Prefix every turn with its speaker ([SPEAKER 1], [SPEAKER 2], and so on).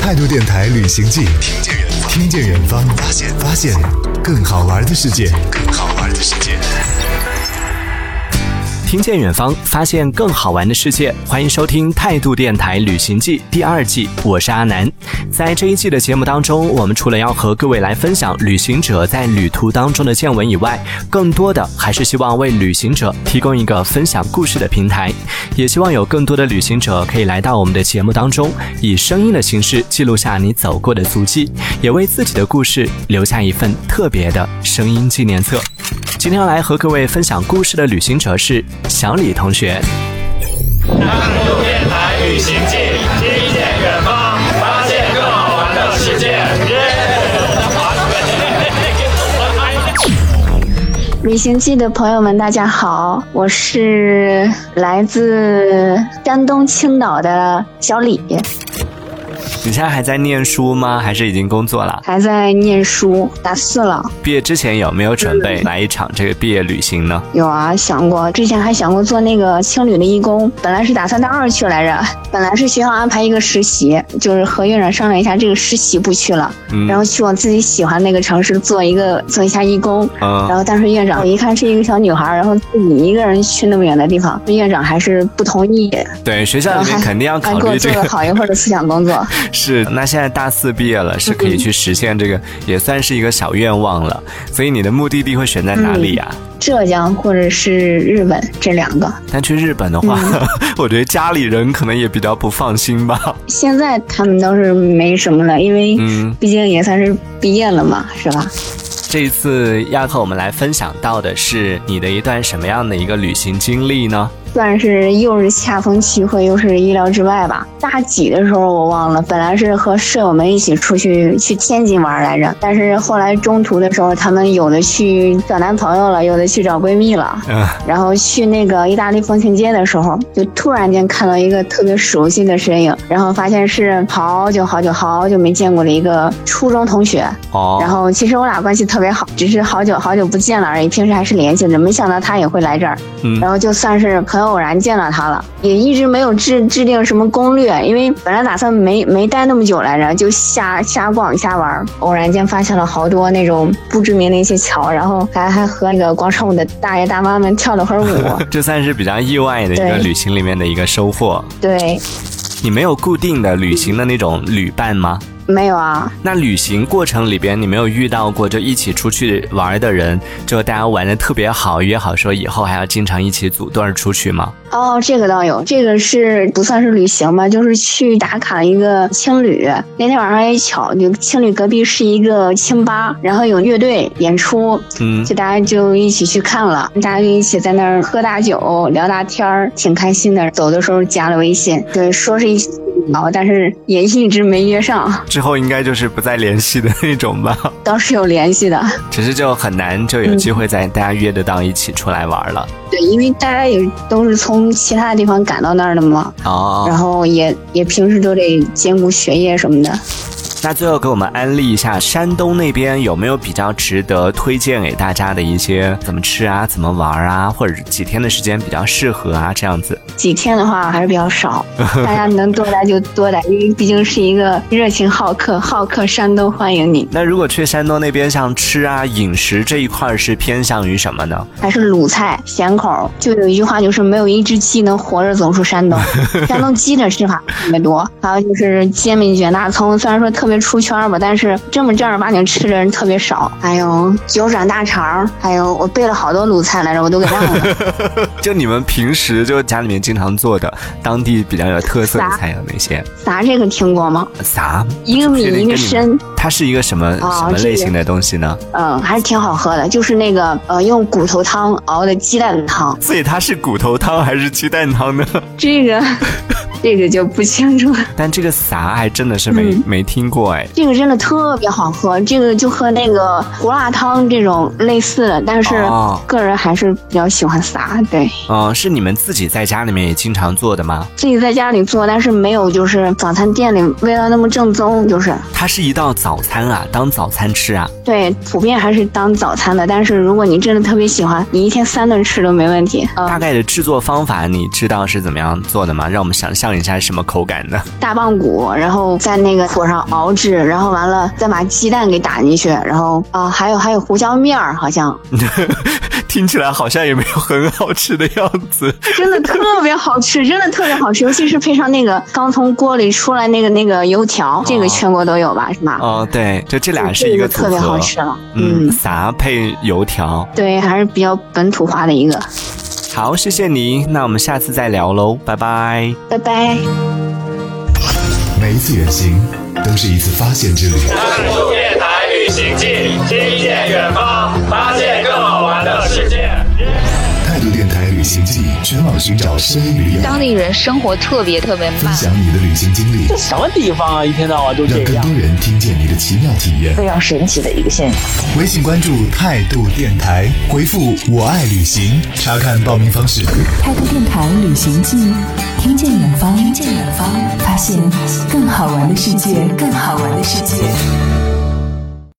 [SPEAKER 1] 态度电台旅行记》，听见远方，听见远方，发现发现更好玩的世界，更好玩的世界。
[SPEAKER 2] 听见远方，发现更好玩的世界。欢迎收听《态度电台旅行记》第二季，我是阿南。在这一季的节目当中，我们除了要和各位来分享旅行者在旅途当中的见闻以外，更多的还是希望为旅行者提供一个分享故事的平台，也希望有更多的旅行者可以来到我们的节目当中，以声音的形式记录下你走过的足迹，也为自己的故事留下一份特别的声音纪念册。今天要来和各位分享故事的旅行者是小李同学。
[SPEAKER 3] 探路电台旅行记，听见远方，发现更好玩的世界。
[SPEAKER 4] 旅行记的朋友们，大家好，我是来自山东青岛的小李，
[SPEAKER 2] 你现在还在念书吗？还是已经工作了？
[SPEAKER 4] 还在念书，大四了。
[SPEAKER 2] 毕业之前有没有准备来一场这个毕业旅行呢？
[SPEAKER 4] 有啊，想过，之前还想过做那个青旅的义工，本来是打算大二去来着，本来是学校安排一个实习，就是和院长商量一下，这个实习不去了，
[SPEAKER 2] 嗯
[SPEAKER 4] 然后去我自己喜欢那个城市做一个做一下义工。然
[SPEAKER 2] 嗯，
[SPEAKER 4] 后，但是院长一看是一个小女孩，然后自己一个人去那么远的地方，院长还是不同意，
[SPEAKER 2] 对，学校里面肯定要
[SPEAKER 4] 还
[SPEAKER 2] 考
[SPEAKER 4] 给我
[SPEAKER 2] 虑
[SPEAKER 4] 嗯做
[SPEAKER 2] 这
[SPEAKER 4] 了
[SPEAKER 2] 个。
[SPEAKER 4] 好一会儿的思想工 作。
[SPEAKER 2] 是，那现在大四毕业了，是可以去实现这个，也算是一个小愿望了。所以你的目的地会选在哪里呀、
[SPEAKER 4] 浙江或者是日本这两个。
[SPEAKER 2] 但去日本的话， 我觉得家里人可能也比较不放心吧。
[SPEAKER 4] 现在他们倒是没什么了，因为
[SPEAKER 2] 嗯
[SPEAKER 4] 毕竟也算是毕业了嘛，是吧？
[SPEAKER 2] 这一次要和我们来分享到的是你的一段什么样的一个旅行经历呢？
[SPEAKER 4] 算是又是恰逢其会，又是意料之外吧。大几的时候我忘了，本来是和舍友们一起出去去天津玩来着，但是后来中途的时候，他们有的去找男朋友了，有的去找闺蜜了，
[SPEAKER 2] 嗯，
[SPEAKER 4] 然后去那个意大利风情街的时候，就突然间看到一个特别熟悉的身影，然后发现是好久好久好久没见过的一个初中同学。
[SPEAKER 2] 哦，
[SPEAKER 4] 然后其实我俩关系特别好，只是好久好久不见了而已，平时还是联系着。没想到他也会来这儿，
[SPEAKER 2] 嗯
[SPEAKER 4] 然后就算是很偶然见到他了，也一直没有制制定什么攻略，因为本来打算没没待那么久来着，就瞎瞎逛瞎玩儿。偶然间发现了好多那种不知名的一些桥，然后还还和那个广场舞的大爷大妈们跳了会儿舞。
[SPEAKER 2] 这算是比较意外的一个
[SPEAKER 4] 对
[SPEAKER 2] 旅行里面的一个收获。
[SPEAKER 4] 对，
[SPEAKER 2] 你没有固定的旅行的那种旅伴吗？
[SPEAKER 4] 没有啊，
[SPEAKER 2] 那旅行过程里边，你没有遇到过就一起出去玩的人，就大家玩的特别好，约好说以后还要经常一起组队儿出去吗？
[SPEAKER 4] 哦，这个倒有，这个是不算是旅行吧，就是去打卡一个青旅。那天晚上也巧，就青旅隔壁是一个青吧，然后有乐队演出，
[SPEAKER 2] 嗯，
[SPEAKER 4] 就大家就一起去看了，大家就一起在那儿喝大酒、聊大天儿，挺开心的。走的时候加了微信，对，说是一起聊，但是也一直没约上，
[SPEAKER 2] 之后应该就是不再联系的那种吧。
[SPEAKER 4] 倒是有联系的。
[SPEAKER 2] 只是就很难就有机会在大家约得到一起出来玩了。
[SPEAKER 4] 对，因为大家也都是从其他地方赶到那儿的嘛，然
[SPEAKER 2] 哦，
[SPEAKER 4] 后也也平时都得兼顾学业什么的。
[SPEAKER 2] 那最后给我们安利一下，山东那边有没有比较值得推荐给大家的一些怎么吃啊、怎么玩啊，或者几天的时间比较适合啊这样子？
[SPEAKER 4] 几天的话还是比较少，大家能多来就多来，因为毕竟是一个热情好客、好客山东欢迎你。
[SPEAKER 2] 那如果去山东那边，像吃啊、饮食这一块儿是偏向于什么呢？
[SPEAKER 4] 还是鲁菜咸口，就有一句话就是没有一只鸡能活着走出山东。山东鸡的吃法特别多，还有就是煎饼卷大葱，虽然说特别出圈儿吧，但是这么正儿八经吃的人特别少。还有九转大肠儿，还有我背了好多鲁菜来着，我都给忘了。
[SPEAKER 2] 就你们平时就家里面经常做的，当地比较有特色的
[SPEAKER 4] 啥
[SPEAKER 2] 菜有哪些？
[SPEAKER 4] 啥这个听过吗？
[SPEAKER 2] 啥？
[SPEAKER 4] 一个米
[SPEAKER 2] 确定跟
[SPEAKER 4] 一个
[SPEAKER 2] 你们
[SPEAKER 4] 参，
[SPEAKER 2] 它是一个什么、
[SPEAKER 4] 哦
[SPEAKER 2] 什么
[SPEAKER 4] 这
[SPEAKER 2] 类
[SPEAKER 4] 个
[SPEAKER 2] 型的东西呢？
[SPEAKER 4] 嗯，还是挺好喝的，就是那个呃用骨头汤熬的鸡蛋汤，
[SPEAKER 2] 所以它是骨头汤还是鸡蛋汤 呢？
[SPEAKER 4] 这个这个就不清楚了。
[SPEAKER 2] 但这个啥还真的是没、
[SPEAKER 4] 嗯
[SPEAKER 2] 没听过过哎，
[SPEAKER 4] 这个真的特别好喝，这个就和那个胡辣汤这种类似的，但是
[SPEAKER 2] 哦
[SPEAKER 4] 个人还是比较喜欢撒。对，
[SPEAKER 2] 嗯、是你们自己在家里面也经常做的吗？
[SPEAKER 4] 自己在家里做，但是没有就是早餐店里味道那么正宗，就是
[SPEAKER 2] 它是一道早餐啊，当早餐吃啊。
[SPEAKER 4] 对，普遍还是当早餐的。但是如果你真的特别喜欢，你一天三顿吃都没问题。
[SPEAKER 2] 大
[SPEAKER 4] 呃，
[SPEAKER 2] 概的制作方法你知道是怎么样做的吗？让我们想象一下是什么口感呢？
[SPEAKER 4] 大棒骨，然后在那个火上熬制，然后完了再把鸡蛋给打进去，然后啊、呃还有还有胡椒面儿，好像
[SPEAKER 2] 听起来好像也没有很好吃的样子。
[SPEAKER 4] 真的特别好 吃，真的特别好吃，尤其是配上那个刚从锅里出来那个那个油条，这个全国都有吧，是吧？
[SPEAKER 2] 哦，对，就这俩是一个组合。
[SPEAKER 4] 特别好吃了，
[SPEAKER 2] 嗯，
[SPEAKER 4] 嗯，
[SPEAKER 2] 撒配油条。
[SPEAKER 4] 对，还是比较本土化的一个，
[SPEAKER 2] 好，谢谢你，那我们下次再聊喽，拜拜。
[SPEAKER 4] 拜拜。
[SPEAKER 1] 每一次远行都是一次发现之旅。
[SPEAKER 3] 态度电台旅行记，听见远方，发现更好玩的世界。
[SPEAKER 1] 态度电台旅行记，全网寻找声音旅游，
[SPEAKER 5] 当地人生活特别特别
[SPEAKER 1] 分
[SPEAKER 5] 慢。
[SPEAKER 1] 享你的旅行经历，
[SPEAKER 6] 这什么地方啊？一天到晚都这
[SPEAKER 1] 让更
[SPEAKER 6] 样
[SPEAKER 1] 多。人听见你的奇妙体验。
[SPEAKER 7] 非常神奇的一个现象。
[SPEAKER 1] 微信关注态度电台，回复“我爱旅行”，查看报名方式。
[SPEAKER 8] 态度电台旅行记，听见远方，听见远方，发现更好玩的世界，更好玩的世界。